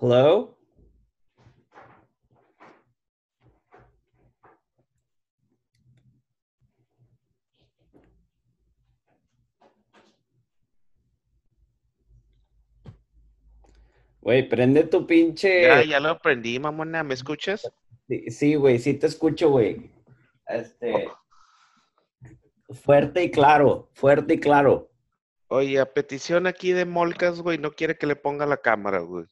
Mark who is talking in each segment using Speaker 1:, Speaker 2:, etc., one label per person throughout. Speaker 1: Hello? Güey, prende tu
Speaker 2: Ya,
Speaker 1: pinche.
Speaker 2: ya lo aprendí, mamona. ¿Me escuchas?
Speaker 1: Sí, sí, güey, sí te escucho, güey. Este. Fuerte y claro, fuerte y claro.
Speaker 2: Oye, a petición aquí de Molcas, güey, no quiere que le ponga la cámara, güey.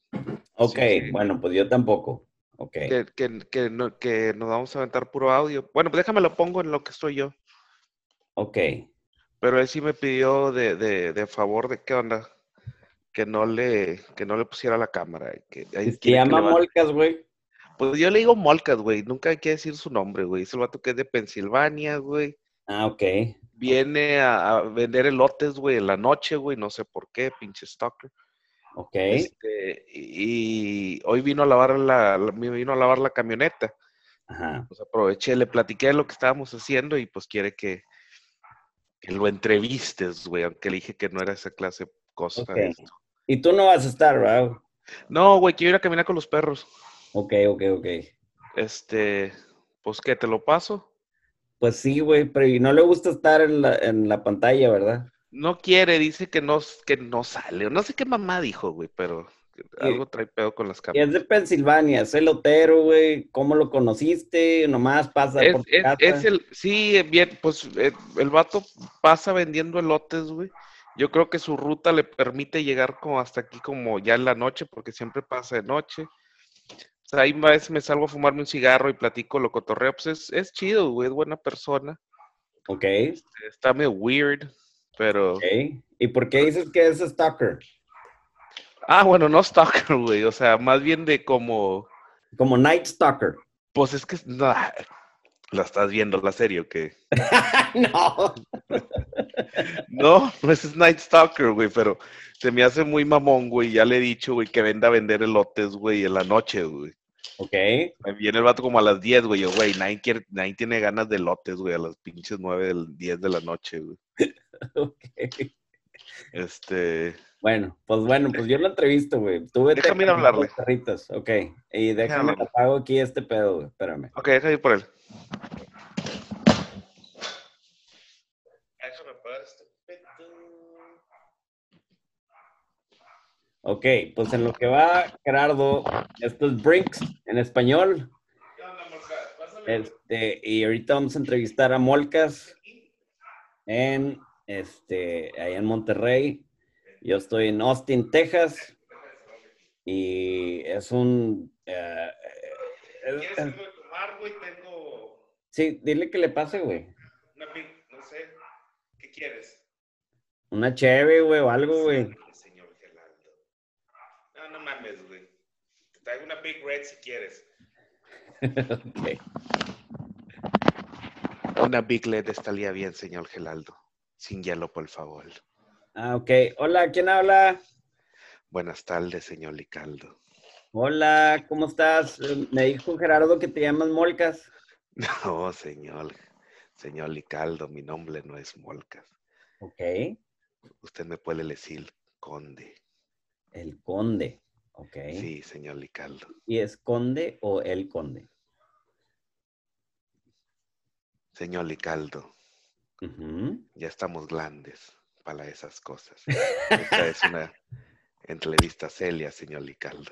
Speaker 1: Ok,
Speaker 2: Sí, sí.
Speaker 1: bueno, pues yo tampoco. Ok.
Speaker 2: Que, que, que, no- que nos vamos a aventar puro audio. Bueno, pues déjame lo pongo en lo que estoy yo.
Speaker 1: Ok.
Speaker 2: Pero él sí me pidió de, de, de favor de qué onda. Que no le, que no le pusiera la cámara. Que, ahí quiere
Speaker 1: Se
Speaker 2: que
Speaker 1: llama
Speaker 2: le va-
Speaker 1: Molcas, güey.
Speaker 2: Pues yo le digo Molcas, güey. Nunca hay que decir su nombre, güey. Es el vato que es de Pensilvania, güey.
Speaker 1: Ah, ok.
Speaker 2: Viene a, a vender elotes, güey, en la noche, güey. No sé por qué, pinche stalker.
Speaker 1: Ok.
Speaker 2: Este, y y hoy vino a lavar la, la- me vino a lavar la camioneta.
Speaker 1: Ajá.
Speaker 2: Pues aproveché, le platiqué de lo que estábamos haciendo y pues quiere que, que lo entrevistes, güey, aunque le dije que no era esa clase de cosa. de
Speaker 1: Ok.
Speaker 2: esto.
Speaker 1: Y tú no vas a estar, ¿verdad?
Speaker 2: No, güey, quiero ir a caminar con los perros.
Speaker 1: Ok, ok, ok.
Speaker 2: Este, pues que te lo paso.
Speaker 1: Pues sí, güey, pero y no le gusta estar en la, en la pantalla, ¿verdad?
Speaker 2: No quiere, dice que no, s- que no sale. No sé qué mamá dijo, güey, pero algo trae pedo con las
Speaker 1: Y
Speaker 2: cámaras.
Speaker 1: es de Pensilvania, es elotero, güey. ¿Cómo lo conociste? Nomás pasa
Speaker 2: Es,
Speaker 1: por tu
Speaker 2: es-
Speaker 1: casa.
Speaker 2: es el, sí, bien, pues eh, el vato pasa vendiendo elotes, güey. Yo creo que su ruta le permite llegar como hasta aquí como ya en la noche, porque siempre pasa de noche. O sea, ahí a veces me salgo a fumarme un cigarro y platico, lo cotorreo. Pues es, es chido, güey, es buena persona.
Speaker 1: Ok,
Speaker 2: Está medio weird, pero...
Speaker 1: ok. ¿Y por qué dices que es stalker?
Speaker 2: Ah, bueno, no stalker, güey. O sea, más bien de como...
Speaker 1: Como Night Stalker.
Speaker 2: Pues es que... nah, la estás viendo la serie, ¿o qué?
Speaker 1: no.
Speaker 2: No, no es Night Stalker, güey, pero se me hace muy mamón, güey. Ya le he dicho, güey, que venda a vender elotes, güey, en la noche, güey.
Speaker 1: Ok,
Speaker 2: Me viene el vato como a las 10, güey. Yo, güey, nadie, quiere- nadie tiene ganas de elotes, güey, a las pinches 9, del 10 de la noche, güey.
Speaker 1: ok.
Speaker 2: Este,
Speaker 1: Bueno, pues bueno, pues yo lo entrevisto, güey. Tú vete
Speaker 2: Déjame ir a
Speaker 1: con los
Speaker 2: hablarle.
Speaker 1: perritos, Ok, y déjame
Speaker 2: hablarle.
Speaker 1: apago aquí este pedo, güey. Espérame.
Speaker 2: ok, déjame ir por él. Déjame apagar este pedo.
Speaker 1: Ok, pues en lo que va, Gerardo, esto es Brinks en español. Este, y ahorita vamos a entrevistar a Molcas en este, allá en Monterrey. Yo estoy en Austin, Texas. Y es un. eh,
Speaker 2: ¿Quieres
Speaker 1: eh,
Speaker 2: algo de tomar, güey? Tengo
Speaker 1: sí, dile que le pase, güey.
Speaker 2: una pin- no sé. ¿Qué quieres?
Speaker 1: Una chévere, güey, o algo, güey.
Speaker 2: Señor Geraldo. No, no mames, güey. Te traigo una Big Red si quieres.
Speaker 1: Ok.
Speaker 2: Una Big Red estaría bien, señor Gelaldo. Sin hielo, por favor.
Speaker 1: Ah, ok. Hola, ¿quién habla?
Speaker 2: Buenas tardes, señor Licaldo.
Speaker 1: Hola, ¿cómo estás? Eh, Me dijo Gerardo que te llamas Molcas.
Speaker 2: No, Oh, señor. Señor Licaldo, mi nombre no es Molcas.
Speaker 1: Ok.
Speaker 2: Usted me puede decir Conde.
Speaker 1: El conde. Ok.
Speaker 2: Sí, señor Licaldo.
Speaker 1: ¿Y es conde o el conde?
Speaker 2: Señor Licaldo,
Speaker 1: Ujú.
Speaker 2: ya estamos grandes para esas cosas. Esta es una entrevista seria, señor Licaldo.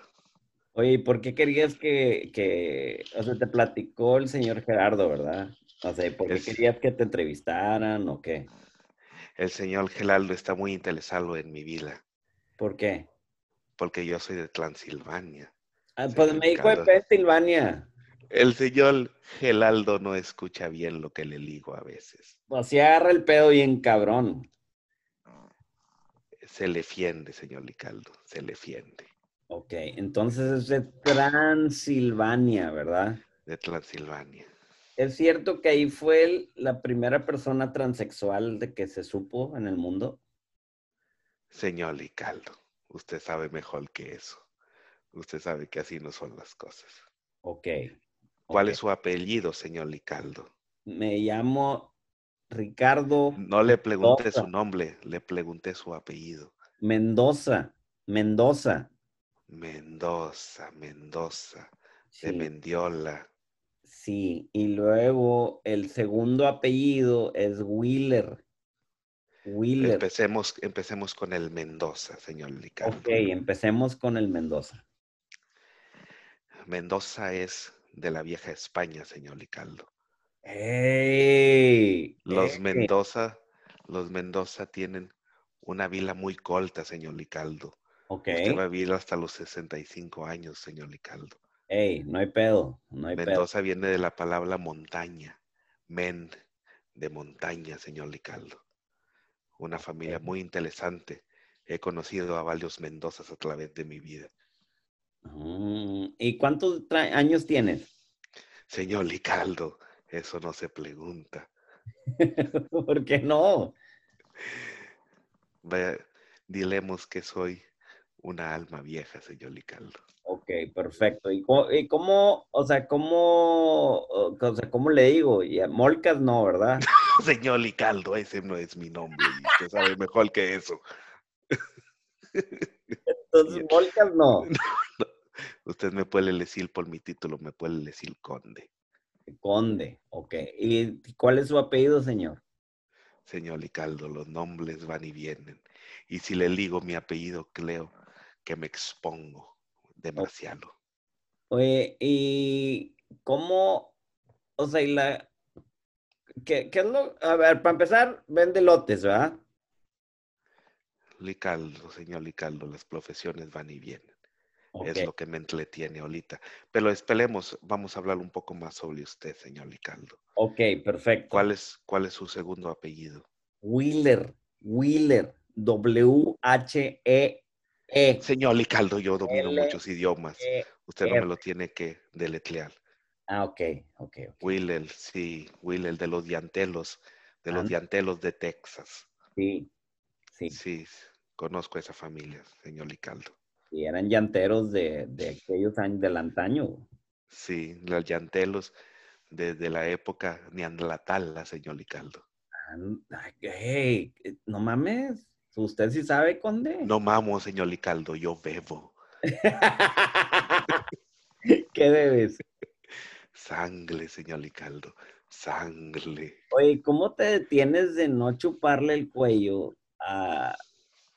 Speaker 1: Oye, ¿y por qué querías que, que, o sea, te platicó el señor Gerardo, ¿verdad? O sea, ¿y ¿por qué
Speaker 2: Es-
Speaker 1: querías que te entrevistaran o qué?
Speaker 2: El señor Gelaldo está muy interesado en mi vida,
Speaker 1: ¿Por qué?
Speaker 2: porque yo soy de Transilvania.
Speaker 1: Ah,
Speaker 2: Sí,
Speaker 1: pues me dijo de
Speaker 2: Ricardo.
Speaker 1: Pensilvania.
Speaker 2: El señor Gelaldo no escucha bien lo que le digo a veces.
Speaker 1: O sea, Pues agarra el pedo bien cabrón.
Speaker 2: Se le fiende, señor Licaldo, se le fiende.
Speaker 1: Ok, entonces es de Transilvania, ¿verdad?
Speaker 2: De Transilvania.
Speaker 1: ¿Es cierto que ahí fue el- la primera persona transexual de que se supo en el mundo?
Speaker 2: Señor Licaldo, usted sabe mejor que eso. Usted sabe que así no son las cosas.
Speaker 1: Ok.
Speaker 2: ¿Cuál
Speaker 1: ok.
Speaker 2: es su apellido, señor Licaldo?
Speaker 1: Me llamo Ricardo
Speaker 2: No le pregunté
Speaker 1: Mendoza.
Speaker 2: su nombre, le pregunté su apellido.
Speaker 1: Mendoza. Mendoza.
Speaker 2: Mendoza, Mendoza, de
Speaker 1: Sí.
Speaker 2: Mendiola.
Speaker 1: Sí, y luego el segundo apellido es Wheeler. Wheeler.
Speaker 2: Empecemos, empecemos con el Mendoza, señor Ricardo.
Speaker 1: Ok, empecemos con el Mendoza.
Speaker 2: Mendoza es de la vieja España, señor Licaldo.
Speaker 1: ¡Ey!
Speaker 2: Los
Speaker 1: ¡Ey!
Speaker 2: Mendoza, los Mendoza tienen una vila muy corta, señor Licaldo.
Speaker 1: Ok,
Speaker 2: Usted va a vivir hasta los 65 años, señor Licaldo.
Speaker 1: ey, no hay pedo, no hay pedo.
Speaker 2: Mendoza viene de la palabra montaña, men, de montaña, señor Licaldo. Una familia
Speaker 1: Ok.
Speaker 2: muy interesante. He conocido a varios Mendozas a través de mi vida.
Speaker 1: Mm, ¿Y cuántos tra- años tienes?
Speaker 2: Señor Licaldo, eso no se pregunta.
Speaker 1: ¿Por qué no?
Speaker 2: Ve- dilemos que soy una alma vieja, señor Licaldo.
Speaker 1: Ok, perfecto. ¿Y cómo, y cómo, o sea, cómo, o sea, cómo le digo? Ya, Molcas no, ¿verdad?
Speaker 2: Señor Licaldo, ese no es mi nombre. y Usted sabe mejor que eso.
Speaker 1: Entonces, Molcas no.
Speaker 2: Usted me puede decir por mi título, me puede decir conde.
Speaker 1: Conde, ok. ¿Y cuál es su apellido, señor?
Speaker 2: Señor Licaldo, los nombres van y vienen. Y si le digo mi apellido, creo que me expongo demasiado.
Speaker 1: Oye, ¿y cómo, o sea, y la, qué, qué es lo, a ver, para empezar, vende lotes, ¿verdad?
Speaker 2: Licaldo, señor Licaldo, las profesiones van y vienen.
Speaker 1: Ok.
Speaker 2: Es lo que me entretiene ahorita. Pero esperemos, vamos a hablar un poco más sobre usted, señor Licaldo.
Speaker 1: Ok, perfecto.
Speaker 2: ¿Cuál es, cuál es su segundo apellido?
Speaker 1: Wheeler, Wheeler, W-H-E-E. e
Speaker 2: Señor Licaldo, yo domino
Speaker 1: L-
Speaker 2: muchos idiomas.
Speaker 1: E.
Speaker 2: Usted no me
Speaker 1: R.
Speaker 2: lo tiene que deletrear.
Speaker 1: Ah, ok, ok. ok.
Speaker 2: Willel, sí, Willel de los diantelos, de los
Speaker 1: Ah.
Speaker 2: diantelos de Texas.
Speaker 1: Sí, sí,
Speaker 2: Sí, conozco esa familia, señor Licaldo.
Speaker 1: sí, eran llanteros de, de aquellos años del antaño.
Speaker 2: Sí, los llantelos desde la época neandertal, señor Licaldo.
Speaker 1: An- ay, ey, eh, no mames, usted sí sabe, Conde.
Speaker 2: No mamo, señor Licaldo, yo bebo
Speaker 1: ¿Qué bebes?
Speaker 2: sangre, señor Licaldo, sangre.
Speaker 1: Oye, ¿cómo te detienes de no chuparle el cuello a,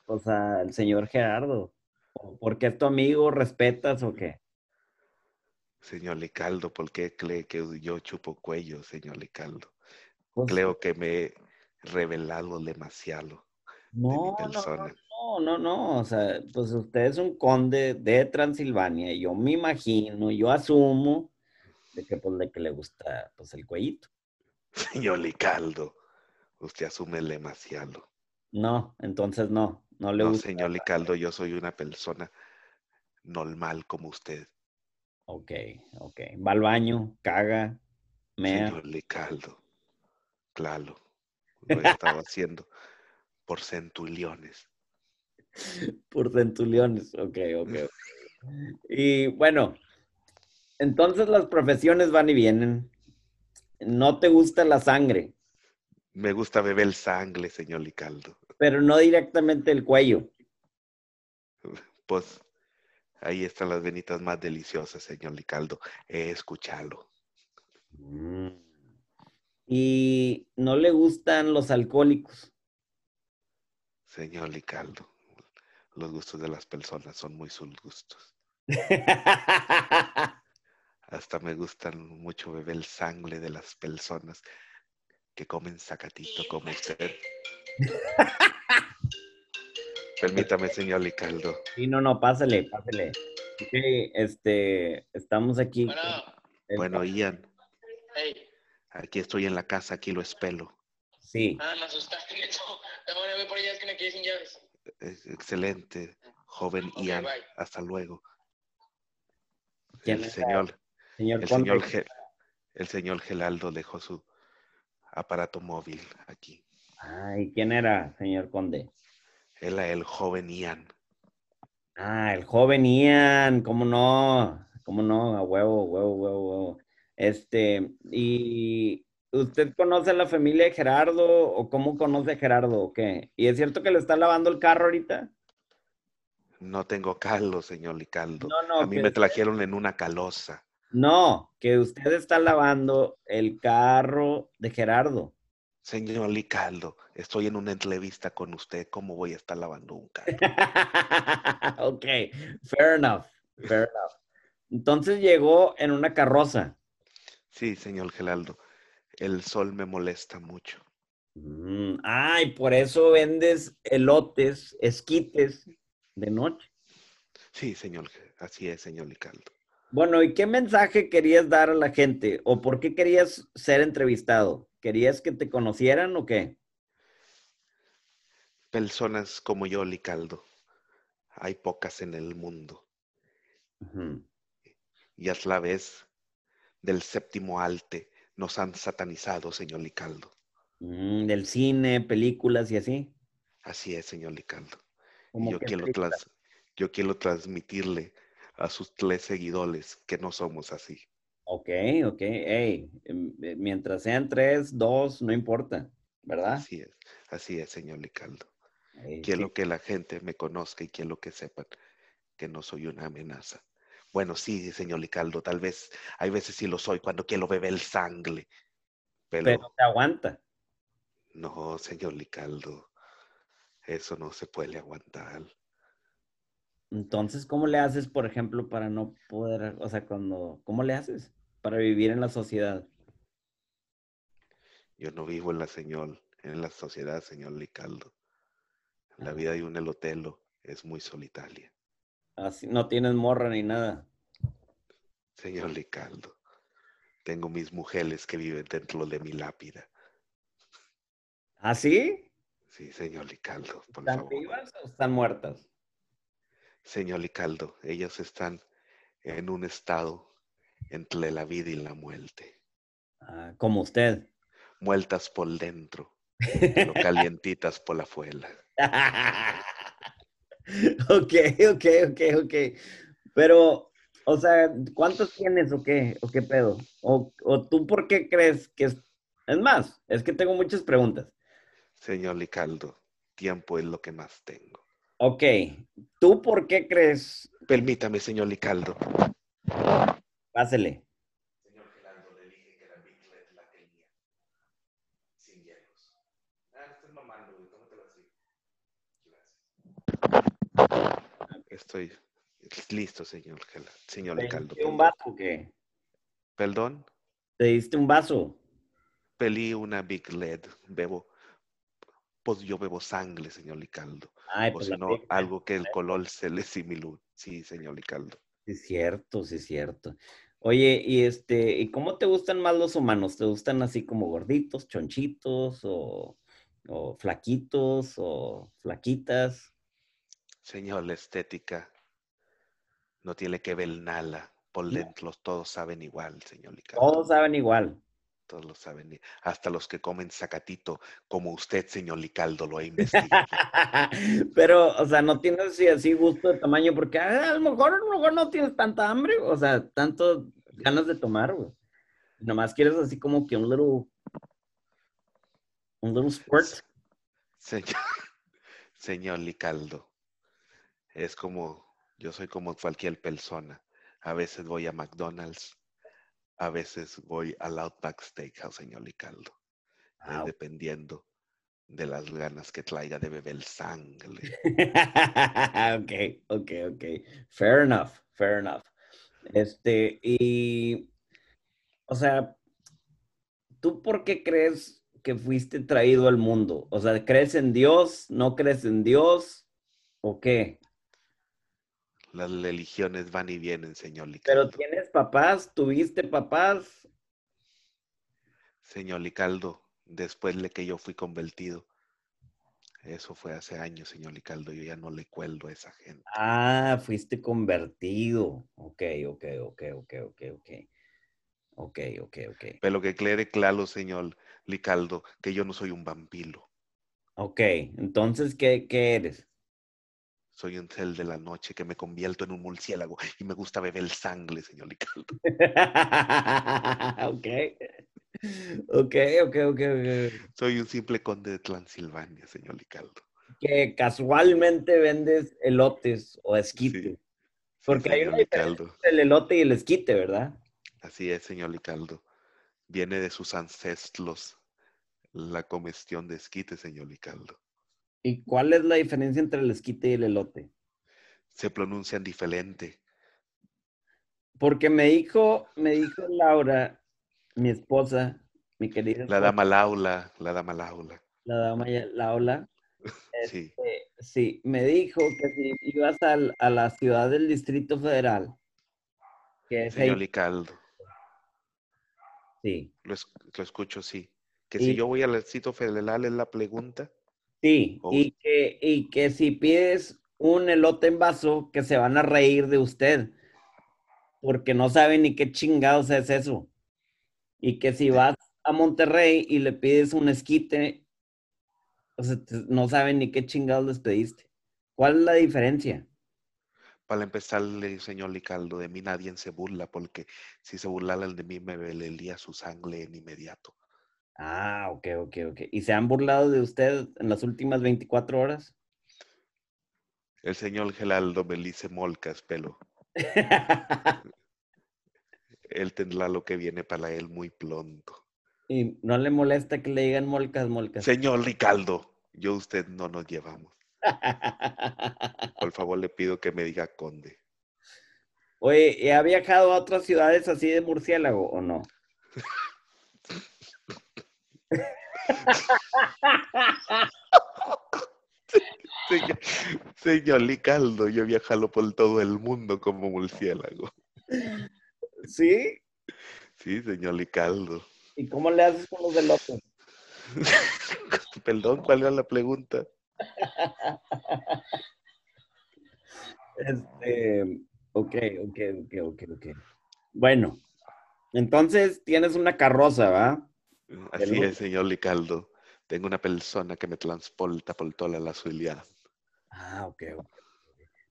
Speaker 1: o sea, al señor Gerardo? ¿O ¿Porque es tu amigo, respetas o qué?
Speaker 2: Señor Licaldo, ¿por qué cree que yo chupo cuello, señor Licaldo?
Speaker 1: Pues,
Speaker 2: Creo que me he revelado demasiado de mi
Speaker 1: no, no,
Speaker 2: persona.
Speaker 1: no, no, no, o sea, pues usted es un conde de Transilvania, y yo me imagino, yo asumo de que pues de que le gusta pues el cuellito.
Speaker 2: Señor Licaldo, usted asume demasiado.
Speaker 1: No, entonces no, no le
Speaker 2: No,
Speaker 1: gusta.
Speaker 2: señor Licaldo, yo soy una persona normal como usted.
Speaker 1: Ok, ok. Va al baño, caga, mea.
Speaker 2: Señor Licaldo, claro, lo he estado haciendo por centuliones.
Speaker 1: Por centuliones, ok, ok. Y bueno, entonces las profesiones van y vienen. No te gusta la sangre,
Speaker 2: Me gusta beber sangre, señor Licaldo.
Speaker 1: pero no directamente el cuello.
Speaker 2: Pues ahí están las venitas más deliciosas, señor Licaldo. He escuchado. Mm.
Speaker 1: Y no le gustan los alcohólicos.
Speaker 2: Señor Licaldo, los gustos de las personas son muy sus gustos. Hasta me gustan mucho beber sangre de las personas que comen sacatito como usted. Permítame, señor Licaldo.
Speaker 1: Y no, no, pásale, pásale. Ok, este, estamos aquí. con
Speaker 3: Bueno,
Speaker 1: el-
Speaker 2: Bueno, Ian,
Speaker 3: hey,
Speaker 2: aquí estoy en la casa, aquí lo espero.
Speaker 1: Sí,
Speaker 3: ah, me asustaste, Neto. Ahora voy por allá, es que me quedé sin llaves.
Speaker 2: Eh, Excelente, joven
Speaker 3: Ok,
Speaker 2: Ian.
Speaker 3: bye.
Speaker 2: Hasta luego.
Speaker 1: ¿Quién
Speaker 2: El
Speaker 1: era?
Speaker 2: señor,
Speaker 1: señor
Speaker 2: el
Speaker 1: Conde.
Speaker 2: señor, Ge- el señor Gelaldo dejó su aparato móvil aquí.
Speaker 1: Ay, ¿quién era, señor Conde?
Speaker 2: Era el joven Ian.
Speaker 1: Ah, el joven Ian, cómo no, cómo no, a huevo, huevo, huevo, huevo. Este, ¿y usted conoce a la familia de Gerardo o cómo conoce a Gerardo o qué? ¿Y es cierto que le está lavando el carro ahorita?
Speaker 2: No tengo caldo, señor Licaldo.
Speaker 1: No, no, pues.
Speaker 2: a mí
Speaker 1: que
Speaker 2: me
Speaker 1: usted-
Speaker 2: trajeron en una calosa.
Speaker 1: No, que usted está lavando el carro de Gerardo.
Speaker 2: Señor Licaldo, estoy en una entrevista con usted. ¿Cómo voy a estar lavando un caldo?
Speaker 1: ok, fair enough, fair enough. Entonces llegó en una carroza.
Speaker 2: Sí, señor Geraldo. El sol me molesta mucho.
Speaker 1: Mm, ay, por eso vendes elotes, esquites de noche.
Speaker 2: Sí, señor. Ge- Así es, señor Licaldo.
Speaker 1: Bueno, ¿y qué mensaje querías dar a la gente? ¿O por qué querías ser entrevistado? ¿Querías que te conocieran o qué?
Speaker 2: Personas como yo, Licaldo. Hay pocas en el mundo.
Speaker 1: Ujú.
Speaker 2: Y a la vez del séptimo arte nos han satanizado, señor Licaldo.
Speaker 1: Mm, del cine, películas y así.
Speaker 2: Así es, señor Licaldo.
Speaker 1: Como
Speaker 2: yo
Speaker 1: que
Speaker 2: quiero,
Speaker 1: película.
Speaker 2: trans- yo quiero transmitirle a sus tres seguidores que no somos así.
Speaker 1: Ok, ok, hey, mientras sean tres, dos, no importa, ¿verdad? Este,
Speaker 2: Así es, así es, señor Licaldo.
Speaker 1: Ey,
Speaker 2: Quiero
Speaker 1: Ah. sí.
Speaker 2: que la gente me conozca y quiero que sepan que no soy una amenaza. Bueno, sí, señor Licaldo, tal vez hay veces sí lo soy cuando quiero beber sangre, pero,
Speaker 1: Pero te aguanta.
Speaker 2: no, señor Licaldo, eso no se puede aguantar.
Speaker 1: Entonces, ¿cómo le haces, por ejemplo, para no poder, o sea, cuando, ¿cómo le haces para vivir en la sociedad?
Speaker 2: Yo no vivo en la señor, en la sociedad, señor Licaldo. La
Speaker 1: Ajá.
Speaker 2: vida de un elotelo es muy solitaria.
Speaker 1: Así, no tienes morra ni nada.
Speaker 2: Señor Licaldo, tengo mis mujeres que viven dentro de mi lápida.
Speaker 1: ¿Ah, sí?
Speaker 2: Sí, señor Licaldo, por
Speaker 1: ¿Están
Speaker 2: favor.
Speaker 1: vivas o están muertas?
Speaker 2: Señor Licaldo, ellas están en un estado entre la vida y la muerte.
Speaker 1: Ah, como usted.
Speaker 2: Muertas por dentro, pero calientitas por afuera.
Speaker 1: Ok, ok, ok, ok. Pero, o sea, ¿cuántos tienes o qué? ¿O qué pedo? ¿O, o tú por qué crees que es... Es más, es que tengo muchas preguntas.
Speaker 2: Señor Licaldo, tiempo es lo que más tengo.
Speaker 1: Ok, ¿tú por qué crees?
Speaker 2: Permítame, señor Licaldo.
Speaker 1: Pásele.
Speaker 2: Señor Geraldo, le dije que la bicicleta la tenía. Sin hielos. Ah, estás mamando, güey. Tómatela así. Gracias. Estoy listo, señor Gela- Señor
Speaker 1: ¿Te
Speaker 2: Licaldo.
Speaker 1: diste un
Speaker 2: Perdón.
Speaker 1: vaso o qué?
Speaker 2: Perdón,
Speaker 1: ¿Te diste un vaso?
Speaker 2: pelí una Big Led. Bebo. Pues yo bebo sangre, señor Licaldo.
Speaker 1: Ay,
Speaker 2: O
Speaker 1: pues
Speaker 2: si
Speaker 1: la
Speaker 2: no,
Speaker 1: Big Mac.
Speaker 2: algo que el color se le similú. Sí, señor Licaldo.
Speaker 1: Sí, es cierto, sí, es cierto. Oye, y este, ¿y cómo te gustan más los humanos? ¿Te gustan así como gorditos, chonchitos o, o flaquitos o flaquitas?
Speaker 2: Señor, la estética no tiene que ver nada. Por dentro todos saben igual, señor Licaldo.
Speaker 1: Todos saben igual.
Speaker 2: Todos lo saben, y hasta los que comen zacatito, como usted, señor Licaldo, lo ha investigado.
Speaker 1: Pero, o sea, no tienes así, así gusto de tamaño porque ah, a lo mejor, a lo mejor no tienes tanta hambre, o sea, tanto ganas de tomar, güey. Nomás quieres así como que un little, un little squirt.
Speaker 2: señor, señor Licaldo, es como, yo soy como cualquier persona. A veces voy a McDonald's, a veces voy al Outback Steakhouse, señor Licaldo. Es
Speaker 1: Ah,
Speaker 2: dependiendo de las ganas que traiga de beber sangre.
Speaker 1: ok, ok, ok. Fair enough, fair enough. Este, y, o sea, ¿tú por qué crees que fuiste traído al mundo? O sea, ¿crees en Dios? ¿No crees en Dios? ¿O qué?
Speaker 2: Las religiones van y vienen, señor
Speaker 1: ¿Pero
Speaker 2: Licaldo.
Speaker 1: tienes papás? ¿Tuviste papás?
Speaker 2: Señor Licaldo, después de que yo fui convertido, eso fue hace años, señor Licaldo, yo ya no le cueldo a esa gente.
Speaker 1: Ah, fuiste convertido. Ok, ok, ok, ok, ok, ok. Ok, ok, ok.
Speaker 2: Pero que quede claro, señor Licaldo, que yo no soy un vampiro,
Speaker 1: Ok, entonces, ¿qué, qué eres?
Speaker 2: soy un cel de la noche que me convierto en un murciélago y me gusta beber sangre, señor Licaldo.
Speaker 1: Okay. Okay, okay, okay, okay.
Speaker 2: Soy un simple conde de Transilvania, señor Licaldo.
Speaker 1: que casualmente vendes elotes o esquite.
Speaker 2: Sí.
Speaker 1: Porque
Speaker 2: Sí,
Speaker 1: hay
Speaker 2: señor
Speaker 1: una
Speaker 2: Licaldo.
Speaker 1: diferencia entre el elote y el esquite, ¿verdad?
Speaker 2: Así es, señor Licaldo. Viene de sus ancestros la comestión de esquite, señor Licaldo.
Speaker 1: ¿Y cuál es la diferencia entre el esquite y el elote?
Speaker 2: Se pronuncian diferente.
Speaker 1: Porque me dijo, me dijo Laura, mi esposa, mi querida
Speaker 2: La
Speaker 1: esposa,
Speaker 2: dama Laula, la dama Laula.
Speaker 1: la dama ya- Laura,
Speaker 2: Sí,
Speaker 1: eh, sí, me dijo que si ibas al- a la ciudad del Distrito Federal, que es ahí,
Speaker 2: señor Licaldo.
Speaker 1: sí,
Speaker 2: Lo, es- lo escucho, sí. Que
Speaker 1: Y-
Speaker 2: si yo voy al sitio federal es la pregunta.
Speaker 1: sí,
Speaker 2: Oh.
Speaker 1: y que, y que si pides un elote en vaso, que se van a reír de usted, porque no saben ni qué chingados es eso. Y que si vas a Monterrey y le pides un esquite, o sea, te- no saben ni qué chingados les pediste. ¿Cuál es la diferencia?
Speaker 2: Para empezar, le- señor Licaldo, de mí nadie se burla, porque si se burlaran de mí me velería su sangre en inmediato.
Speaker 1: Ah, ok, ok, ok. ¿Y se han burlado de usted en las últimas 24 horas?
Speaker 2: El señor Geraldo Belice Molcas, pelo. Él tendrá lo que viene para él muy pronto.
Speaker 1: y no le molesta que le digan molcas, molcas.
Speaker 2: Señor Licaldo, yo a usted no nos llevamos. Por favor, le pido que me diga conde.
Speaker 1: Oye, ¿y ¿ha viajado a otras ciudades así de murciélago o no?
Speaker 2: Señor, señor Licaldo, yo he viajado por todo el mundo como murciélago.
Speaker 1: ¿Sí?
Speaker 2: Sí, señor Licaldo.
Speaker 1: ¿Y cómo le haces con los elotes?
Speaker 2: Perdón, ¿cuál era la pregunta?
Speaker 1: Este, ok, ok, ok, ok, ok. Bueno, entonces tienes una carroza, ¿va?
Speaker 2: Así
Speaker 1: Perdón.
Speaker 2: es, señor Licaldo. Tengo una persona que me transporta por toda la ciudad.
Speaker 1: Ah, ok. ok.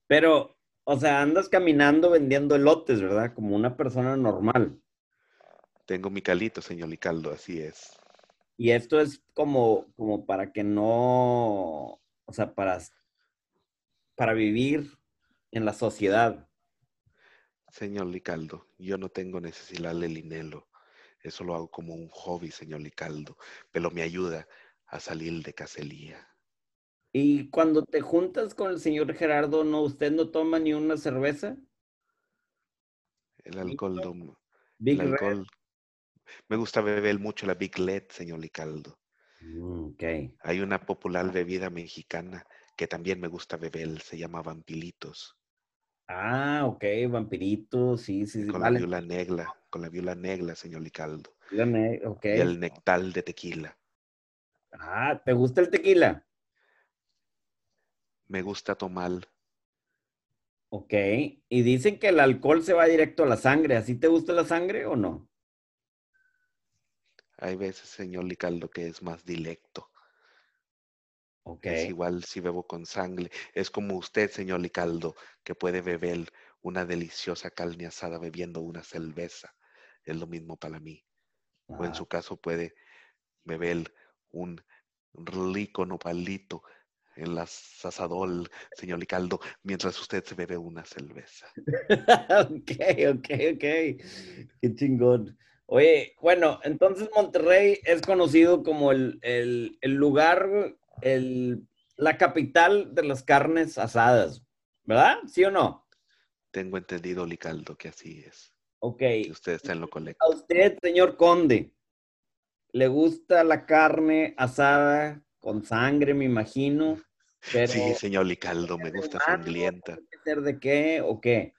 Speaker 1: Pero, o sea, andas caminando vendiendo elotes, ¿verdad? Como una persona normal.
Speaker 2: Tengo mi calito, señor Licaldo, así es.
Speaker 1: Y esto es como, como para que no, o sea, para, para vivir en la sociedad.
Speaker 2: Señor Licaldo, yo no tengo necesidad de dinero. Eso lo hago como un hobby, señor Licaldo, pero me ayuda a salir de cacería.
Speaker 1: Y cuando te juntas con el señor Gerardo, no, usted no toma ni una cerveza.
Speaker 2: El alcohol, no-
Speaker 1: Big
Speaker 2: el
Speaker 1: Red.
Speaker 2: alcohol. Me gusta beber mucho la Big Led, señor Licaldo.
Speaker 1: Mm, ok.
Speaker 2: Hay una popular
Speaker 1: Ah.
Speaker 2: bebida mexicana que también me gusta beber, se llama vampilitos,
Speaker 1: Ah, ok, vampirito, sí, sí, sí.
Speaker 2: con
Speaker 1: Vale.
Speaker 2: la viola negra, con la viola negra, señor Licaldo.
Speaker 1: Dígame, ok.
Speaker 2: y el nectar de tequila.
Speaker 1: Ah, ¿te gusta el tequila?
Speaker 2: Me gusta tomar.
Speaker 1: Ok. Y dicen que el alcohol se va directo a la sangre. ¿Así te gusta la sangre o no?
Speaker 2: Hay veces, señor Licaldo, que es más directo.
Speaker 1: Ok.
Speaker 2: Es igual si bebo con sangre. Es como usted, señor Licaldo, que puede beber una deliciosa carne asada bebiendo una cerveza. Es lo mismo para mí. O en
Speaker 1: Ah,
Speaker 2: su caso puede beber un rico nopalito en la asadol, señor Licaldo, mientras usted se bebe una cerveza.
Speaker 1: ok, ok, ok. Qué chingón. Oye, bueno, entonces Monterrey es conocido como el, el- el lugar, güey, el, la capital de las carnes asadas, ¿verdad? ¿Sí o no?
Speaker 2: Tengo entendido, Licaldo, que así es.
Speaker 1: Ok.
Speaker 2: que usted está en lo correcto.
Speaker 1: A usted, señor Conde, le gusta la carne asada con sangre, me imagino, pero
Speaker 2: Sí, señor Licaldo, me gusta
Speaker 1: humano,
Speaker 2: sangrienta.
Speaker 1: ¿ser de qué o qué?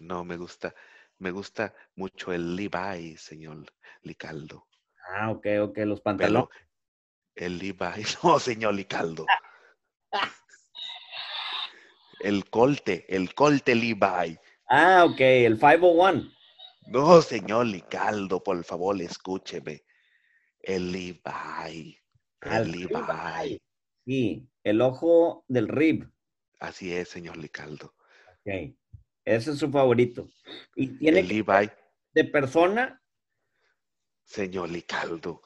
Speaker 2: No, me gusta, me gusta mucho el Levi, señor Licaldo.
Speaker 1: Ah, ok, ok, los pantalones.
Speaker 2: Pero el Levi, no, señor Licaldo. El colte, el colte Levi.
Speaker 1: Ah, ok, el 501.
Speaker 2: No, señor Licaldo, por favor, escúcheme. El Levi,
Speaker 1: Ah,
Speaker 2: el
Speaker 1: el
Speaker 2: Levi.
Speaker 1: Sí, el ojo del rib.
Speaker 2: Así es, señor Licaldo.
Speaker 1: Ok, ese es su favorito. Y tiene
Speaker 2: El
Speaker 1: que,
Speaker 2: Levi,
Speaker 1: de persona,
Speaker 2: Señor Licaldo,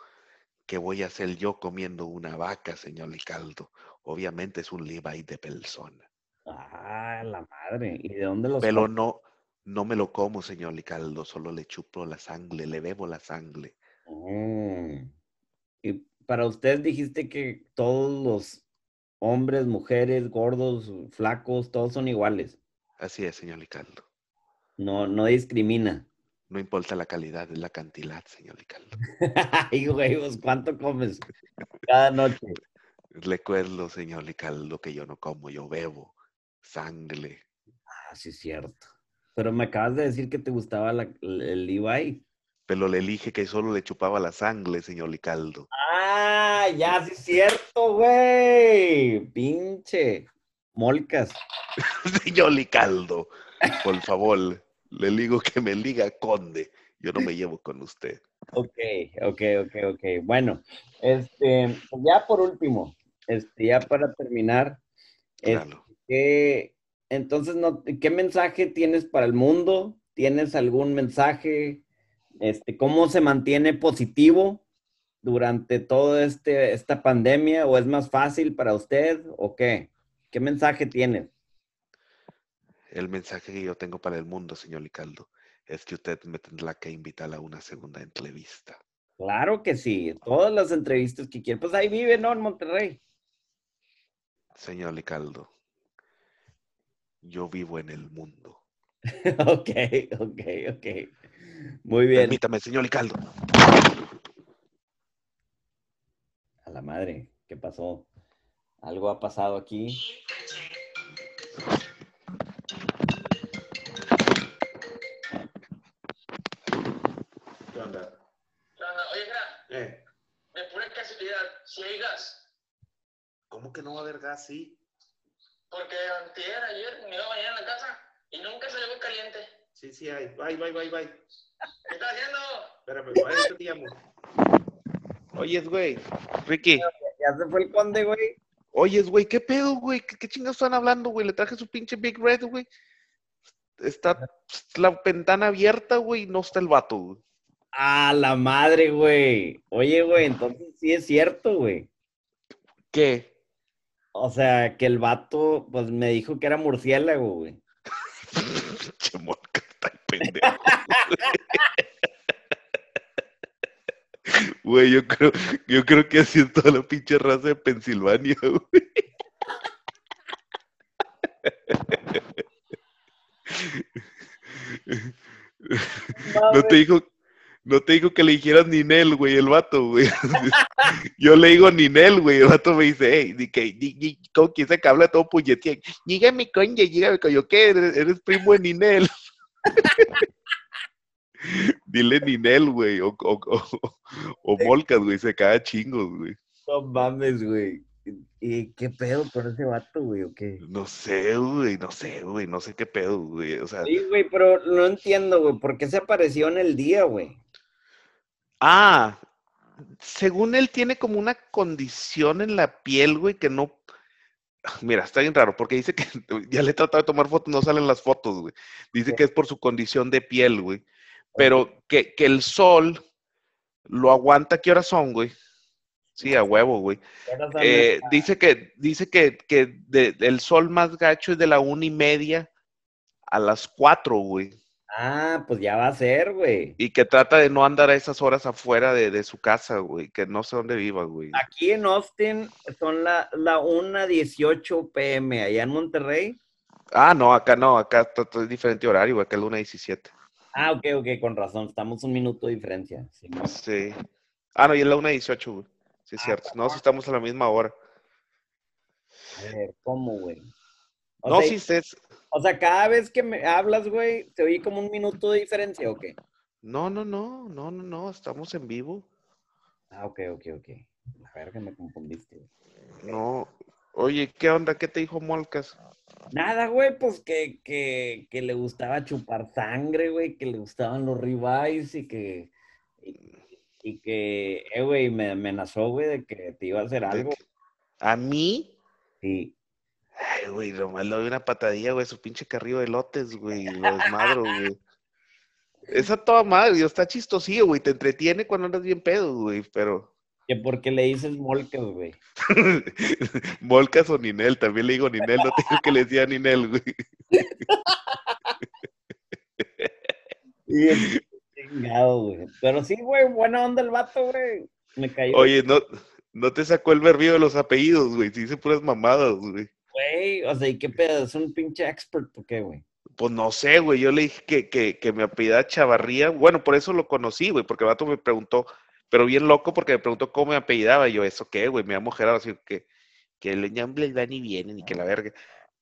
Speaker 2: ¿qué voy a hacer yo comiendo una vaca, señor Licaldo? Obviamente es un Levi de Pelsona.
Speaker 1: Ah, la madre. ¿Y de dónde los
Speaker 2: Pero
Speaker 1: compra?
Speaker 2: no, no me lo como, señor Licaldo, solo le chupo la sangre, le bebo la sangre.
Speaker 1: Mm. Y para usted dijiste que todos los hombres, mujeres, gordos, flacos, todos son iguales.
Speaker 2: Así es, señor Licaldo.
Speaker 1: No, no discrimina.
Speaker 2: No importa la calidad, es la cantidad, señor Licaldo.
Speaker 1: Ay, güey, pues, ¿cuánto comes cada noche?
Speaker 2: Recuerdo, señor Licaldo, que yo no como, yo bebo sangre.
Speaker 1: Ah, sí, es cierto. Pero me acabas de decir que te gustaba la- el Levi.
Speaker 2: Pero le dije que solo le chupaba la sangre, señor Licaldo.
Speaker 1: Ah, ya, sí, es cierto, güey. Pinche. Molcas.
Speaker 2: señor Licaldo, por favor, le digo que me liga conde. Yo no me llevo con usted.
Speaker 1: Ok, ok, ok, ok. Bueno, este, pues ya por último, este, ya para terminar, es
Speaker 2: Claro.
Speaker 1: que, entonces, no, ¿qué mensaje tienes para el mundo? ¿Tienes algún mensaje? Este, ¿cómo se mantiene positivo durante toda este, esta pandemia? ¿O es más fácil para usted? ¿O qué? ¿Qué mensaje tienes?
Speaker 2: El mensaje que yo tengo para el mundo, señor Licaldo, es que usted me tendrá que invitar a una segunda entrevista.
Speaker 1: Claro que sí, todas las entrevistas que quieras. Pues ahí vive, ¿no? En Monterrey.
Speaker 2: Señor Licaldo, yo vivo en el mundo.
Speaker 1: Ok, ok, ok. Muy bien.
Speaker 2: Permítame, señor Licaldo.
Speaker 1: A la madre, ¿qué pasó? Algo ha pasado aquí.
Speaker 4: ¿Qué onda?
Speaker 3: Nada, Oye, Gra,
Speaker 4: Eh,
Speaker 3: de pura casualidad, si hay gas,
Speaker 4: ¿Cómo que no va a haber gas? Sí,
Speaker 3: porque antier, ayer, me iba a bañar en la casa y nunca salió agua caliente.
Speaker 4: sí, sí hay. Bye, bye, bye, bye.
Speaker 3: ¿Qué estás haciendo?
Speaker 4: Espérame, ahorita te llamo.
Speaker 2: Oyes, güey. Ricky.
Speaker 1: Ya se fue el conde, güey.
Speaker 2: Oyes, güey, ¿qué pedo, güey? ¿Qué, qué chingados están hablando, güey? Le traje su pinche Big Red, güey. Está la ventana abierta, güey, y no está el vato, güey.
Speaker 1: A la madre, güey. Oye, güey, entonces sí es cierto, güey.
Speaker 2: ¿Qué?
Speaker 1: O sea, que el vato, pues me dijo que era murciélago, güey.
Speaker 2: Pinche morca, está pendejo. Güey, yo creo, yo creo que así es toda la pinche raza de Pensilvania, güey. No te dijo, no te dijo que le dijeras Ninel, güey, el vato, güey. Yo le digo Ninel, güey, el vato me dice, hey, di que, di, di- ¿cómo que se que habla todo puñetía? Dígame, coño, dígame, coño, ¿qué? Eres, eres primo de Ninel. Dile Ninel, güey, o, o, o, o Molcas, güey, se caga chingos, güey.
Speaker 1: No mames, güey. ¿Y qué pedo con ese vato, güey? ¿O qué?
Speaker 2: No sé, güey, no sé, güey, no sé qué pedo, güey, o sea.
Speaker 1: Sí, güey, pero no entiendo, güey. ¿Por qué se apareció en el día, güey?
Speaker 2: Ah, según él tiene como una condición en la piel, güey, que no... Mira, está bien raro, porque dice que ya le he tratado de tomar fotos, no salen las fotos, güey. Dice que es por su condición de piel, güey. Pero que, que el sol lo aguanta, ¿qué horas son, güey? Sí, a huevo, güey.
Speaker 1: Ahora son-
Speaker 2: Eh, dice que, dice que, que de- el sol más gacho es de la una y media a las cuatro, güey
Speaker 1: Ah, pues ya va a ser, güey.
Speaker 2: y que trata de no andar a esas horas afuera de, de su casa, güey, que no sé dónde viva, güey.
Speaker 1: Aquí en Austin son la, la 1.18 pm. Allá en Monterrey.
Speaker 2: Ah, no, acá no, acá está, está diferente horario, güey, acá es luna 17.
Speaker 1: Ah, ok, ok, con razón. Estamos un minuto de diferencia. Sí, ¿no?
Speaker 2: Sí. Ah, no, y es la una 18, güey. Sí, es cierto. No, si estamos a la misma hora.
Speaker 1: A ver, ¿cómo, güey? O,
Speaker 2: No,
Speaker 1: sea,
Speaker 2: sí, es...
Speaker 1: o sea, cada vez que me hablas, güey, te oí como un minuto de diferencia, ¿o qué?
Speaker 2: No, no, no, no, no, no, estamos en vivo.
Speaker 1: Ah, ok, ok, ok. La verga, me confundiste. güey.
Speaker 2: No. Oye, ¿qué onda? ¿Qué te dijo Molcas?
Speaker 1: Nada, güey, pues que, que, que le gustaba chupar sangre, güey, que le gustaban los ribeyes y que... Y, y que, eh, güey, me amenazó, güey, de que te iba a hacer algo.
Speaker 2: ¿A mí?
Speaker 1: Sí.
Speaker 2: Ay, güey, nomás le doy una patadilla, güey, su pinche carrillo de lotes, güey, lo desmadro, güey. Esa toda madre, güey, está chistosillo, güey, te entretiene cuando andas bien pedo, güey, pero
Speaker 1: que por qué le dices molcas, güey.
Speaker 2: Molcas o Ninel, también le digo Ninel, no tengo que le decía Ninel, güey.
Speaker 1: Y es chingado, güey. Pero sí, güey, buena onda el vato, güey. Me cayó.
Speaker 2: Oye, no, no te sacó el verbido de los apellidos, güey. Se dice puras mamadas, güey.
Speaker 1: Güey, o sea, ¿y qué pedo? ¿Es un pinche expert o qué, güey?
Speaker 2: Pues no sé, güey. Yo le dije que, que, que me apellidaba Chavarría. Bueno, por eso lo conocí, güey, porque el vato me preguntó, pero bien loco, porque me preguntó cómo me apellidaba. Y yo, ¿eso qué, güey? Me llamo Gerardo, así que, que el ñamble van y vienen y que la verga.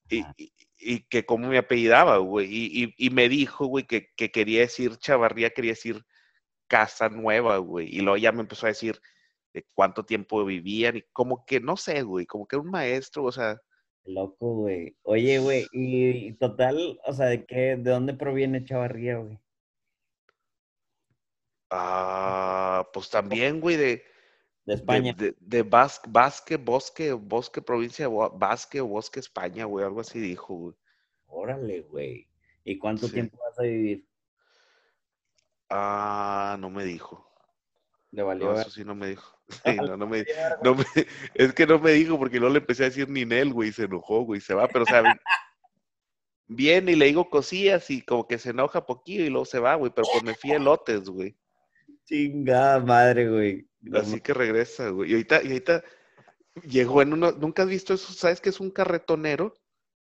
Speaker 2: Y, y- y que cómo me apellidaba, güey. Y, y- y me dijo, güey, que, que quería decir Chavarría, quería decir Casa Nueva, güey. Y luego ya me empezó a decir de cuánto tiempo vivían y como que, no sé, güey, como que era un maestro, o sea,
Speaker 1: Loco, güey. Oye, güey, y, y total, o sea, ¿de qué? ¿De dónde proviene Chavarría, güey?
Speaker 2: Ah, pues también, güey, de,
Speaker 1: De
Speaker 2: de,
Speaker 1: España.
Speaker 2: de, de Bas- Basque, Bosque, Bosque, provincia de Bo- Basque, Bosque, España, güey, algo así dijo, güey.
Speaker 1: Órale, güey. ¿Y cuánto
Speaker 2: Sí.
Speaker 1: tiempo vas a vivir?
Speaker 2: Ah, no me dijo.
Speaker 1: Le
Speaker 2: No,
Speaker 1: valió. ver-
Speaker 2: eso sí no me dijo. Sí, no, no me, no me- es que no me dijo porque no le empecé a decir Ninel, güey, y se enojó, güey, y se va, pero o sea, vi- viene y le digo cosillas y como que se enoja poquillo y luego se va, güey, pero pues me fía elotes, güey.
Speaker 1: Chingada madre, güey. No
Speaker 2: Así que regresa, güey. Y ahorita, y ahorita llegó en uno, nunca has visto eso, ¿sabes que es un carretonero?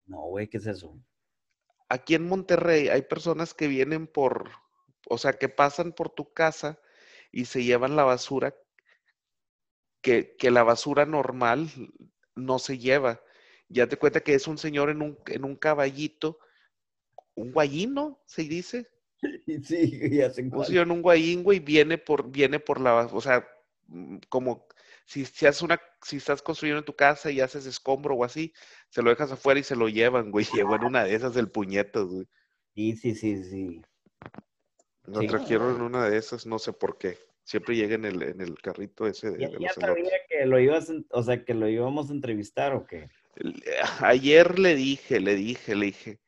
Speaker 1: No, güey, ¿qué es eso?
Speaker 2: Aquí en Monterrey hay personas que vienen por, o sea, que pasan por tu casa y se llevan la basura, que, que la basura normal no se lleva. Ya te cuenta que es un señor en un, en un caballito, un guayino, se dice.
Speaker 1: Sí, ya se
Speaker 2: Un señor en un guayín, güey, viene por, viene por la, bas- o sea, mm, como si, si haces una, si estás construyendo en tu casa y haces escombro o así, se lo dejas afuera y se lo llevan, güey. Llevan una de esas del puñetas, güey.
Speaker 1: Sí, sí, sí, sí.
Speaker 2: Lo
Speaker 1: Sí.
Speaker 2: trajeron en una de esas, no sé por qué. Siempre llega en el, en el carrito ese de,
Speaker 1: Ya,
Speaker 2: de
Speaker 1: ya
Speaker 2: los
Speaker 1: sabía
Speaker 2: elotes.
Speaker 1: que lo ibas, en- o sea, que lo íbamos a entrevistar o qué.
Speaker 2: El- eh, Ayer le dije, le dije, le dije.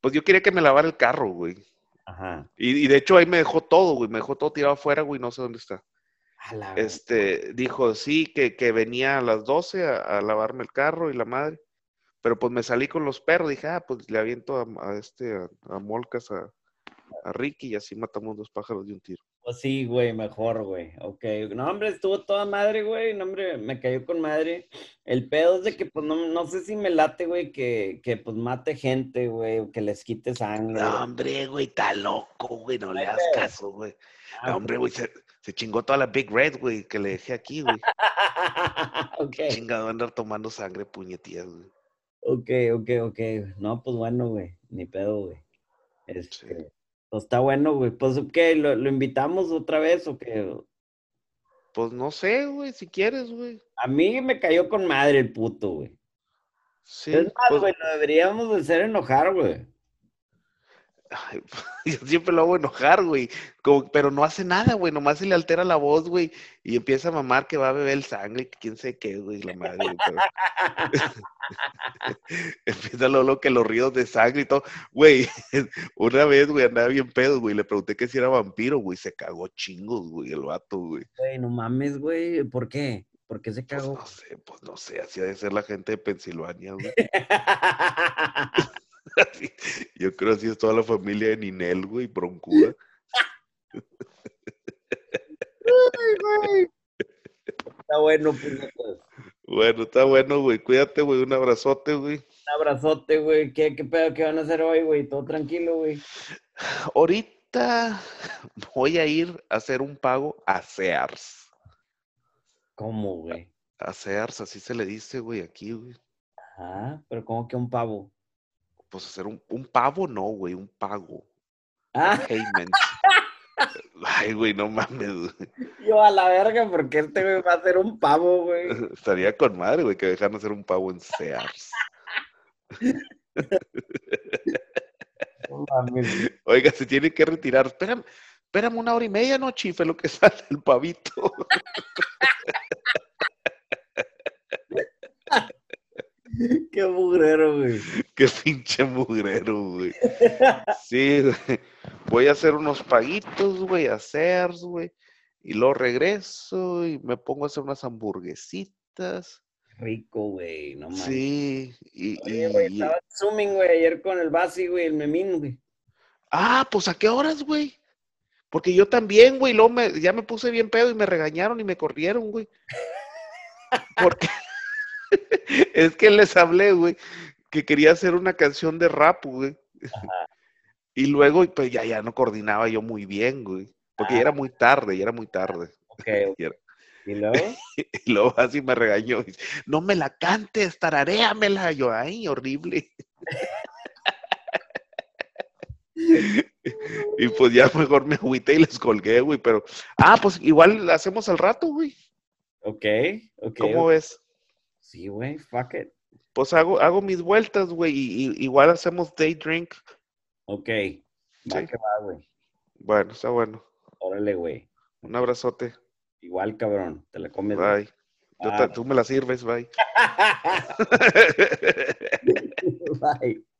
Speaker 2: Pues yo quería que me lavara el carro, güey.
Speaker 1: Ajá.
Speaker 2: Y, y de hecho ahí me dejó todo, güey. Me dejó todo tirado afuera, güey. No sé dónde está.
Speaker 1: A la ver-
Speaker 2: Este, dijo, sí, que, que venía a las 12 a, a lavarme el carro y la madre. Pero pues me salí con los perros, dije, ah, pues le aviento a, a este, a, a Molcas, a, a Ricky y así matamos dos pájaros de un tiro.
Speaker 1: Pues sí, güey, mejor, güey. Ok. No, hombre, estuvo toda madre, güey. No, hombre, me cayó con madre. El pedo es de que, pues, no, no sé si me late, güey, que, que, pues, mate gente, güey, o que les quite sangre.
Speaker 2: No, hombre, güey, está loco, güey, no le hagas caso, güey. No, Ah, hombre, güey, se, se chingó toda la Big Red, güey, que le dejé aquí, güey.
Speaker 1: ok,
Speaker 2: Chingado andar tomando sangre, puñetías, güey.
Speaker 1: ok, ok, ok. No, pues, bueno, güey. Ni pedo, güey. Este,
Speaker 2: Sí.
Speaker 1: Pues, está bueno, güey. Pues, ¿qué? ¿Lo, lo invitamos otra vez o qué?
Speaker 2: Pues no sé, güey, si quieres, güey.
Speaker 1: A mí me cayó con madre el puto, güey.
Speaker 2: Sí,
Speaker 1: es más,
Speaker 2: pues-
Speaker 1: güey, lo deberíamos de hacer enojar, güey.
Speaker 2: Ay, yo siempre lo hago enojar, güey. Como- pero no hace nada, güey. Nomás se le altera la voz, güey. Y empieza a mamar que va a beber el sangre, que quién sé qué, güey, la madre. güey, pero- empieza lo, lo que los ríos de sangre y todo. Güey, una vez, güey, andaba bien pedo, güey. Le pregunté que si era vampiro, güey. Se cagó chingos, güey, el vato, güey.
Speaker 1: Güey, no mames, güey. ¿Por qué? ¿Por qué se
Speaker 2: Pues
Speaker 1: cagó?
Speaker 2: no sé, pues no sé. Así ha de ser la gente de Pensilvania, güey. Así- yo creo así es toda la familia de Ninel, güey, broncuda.
Speaker 1: Está bueno, pues, puñetas.
Speaker 2: Bueno, está bueno, güey. Cuídate, güey. Un abrazote, güey.
Speaker 1: Un abrazote, güey. ¿Qué, ¿Qué pedo que van a hacer hoy, güey? Todo tranquilo, güey.
Speaker 2: Ahorita voy a ir a hacer un pago a Sears.
Speaker 1: ¿Cómo, güey?
Speaker 2: A Sears, así se le dice, güey, aquí, güey.
Speaker 1: Ajá, pero ¿cómo que un pavo?
Speaker 2: Pues hacer un, un pavo, no, güey, un pago.
Speaker 1: Ah,
Speaker 2: Payment. Ay, güey, no mames. güey.
Speaker 1: yo a la verga, porque este güey va a ser un pavo, güey.
Speaker 2: Estaría con madre, güey, que dejaran hacer un pavo en Sears.
Speaker 1: No mames, güey.
Speaker 2: Oiga, se tiene que retirar. Espérame, espérame una hora y media, no chife, lo que sale el pavito.
Speaker 1: Qué mugrero, güey.
Speaker 2: Qué pinche mugrero, güey. Sí, güey. Voy a hacer unos paguitos, güey, a Sears, güey. Y luego regreso y me pongo a hacer unas hamburguesitas.
Speaker 1: Rico, güey, no mames.
Speaker 2: Sí, y,
Speaker 1: Oye,
Speaker 2: y-
Speaker 1: güey,
Speaker 2: y-
Speaker 1: estaba en Zooming, güey, ayer con el Basi, güey, el Memín, güey.
Speaker 2: Ah, pues ¿a qué horas, güey? Porque yo también, güey, luego me- ya me puse bien pedo y me regañaron y me corrieron, güey. Porque es que les hablé, güey, que quería hacer una canción de rap, güey. Y luego, pues ya, ya no coordinaba yo muy bien, güey. Porque ya era muy tarde, ya era muy tarde.
Speaker 1: Ok,
Speaker 2: Y era-
Speaker 1: ¿y luego?
Speaker 2: y luego así me regañó. dice, no me la cantes, tararéamela. Yo, ay, horrible. y pues ya mejor me agüité y les colgué, güey. Pero, ah, pues igual la hacemos al rato, güey.
Speaker 1: Ok, ok.
Speaker 2: ¿Cómo ves?
Speaker 1: Sí, güey, fuck it.
Speaker 2: Pues hago, hago mis vueltas, güey. Y, y- igual hacemos day drink.
Speaker 1: Ok. Va
Speaker 2: Sí.
Speaker 1: que va, güey.
Speaker 2: Bueno, está bueno.
Speaker 1: Órale, güey.
Speaker 2: Un abrazote.
Speaker 1: Igual, cabrón. Te la comes. güey.
Speaker 2: Bye. Yo ta-
Speaker 1: Ah.
Speaker 2: tú me la sirves, bye.
Speaker 1: Bye.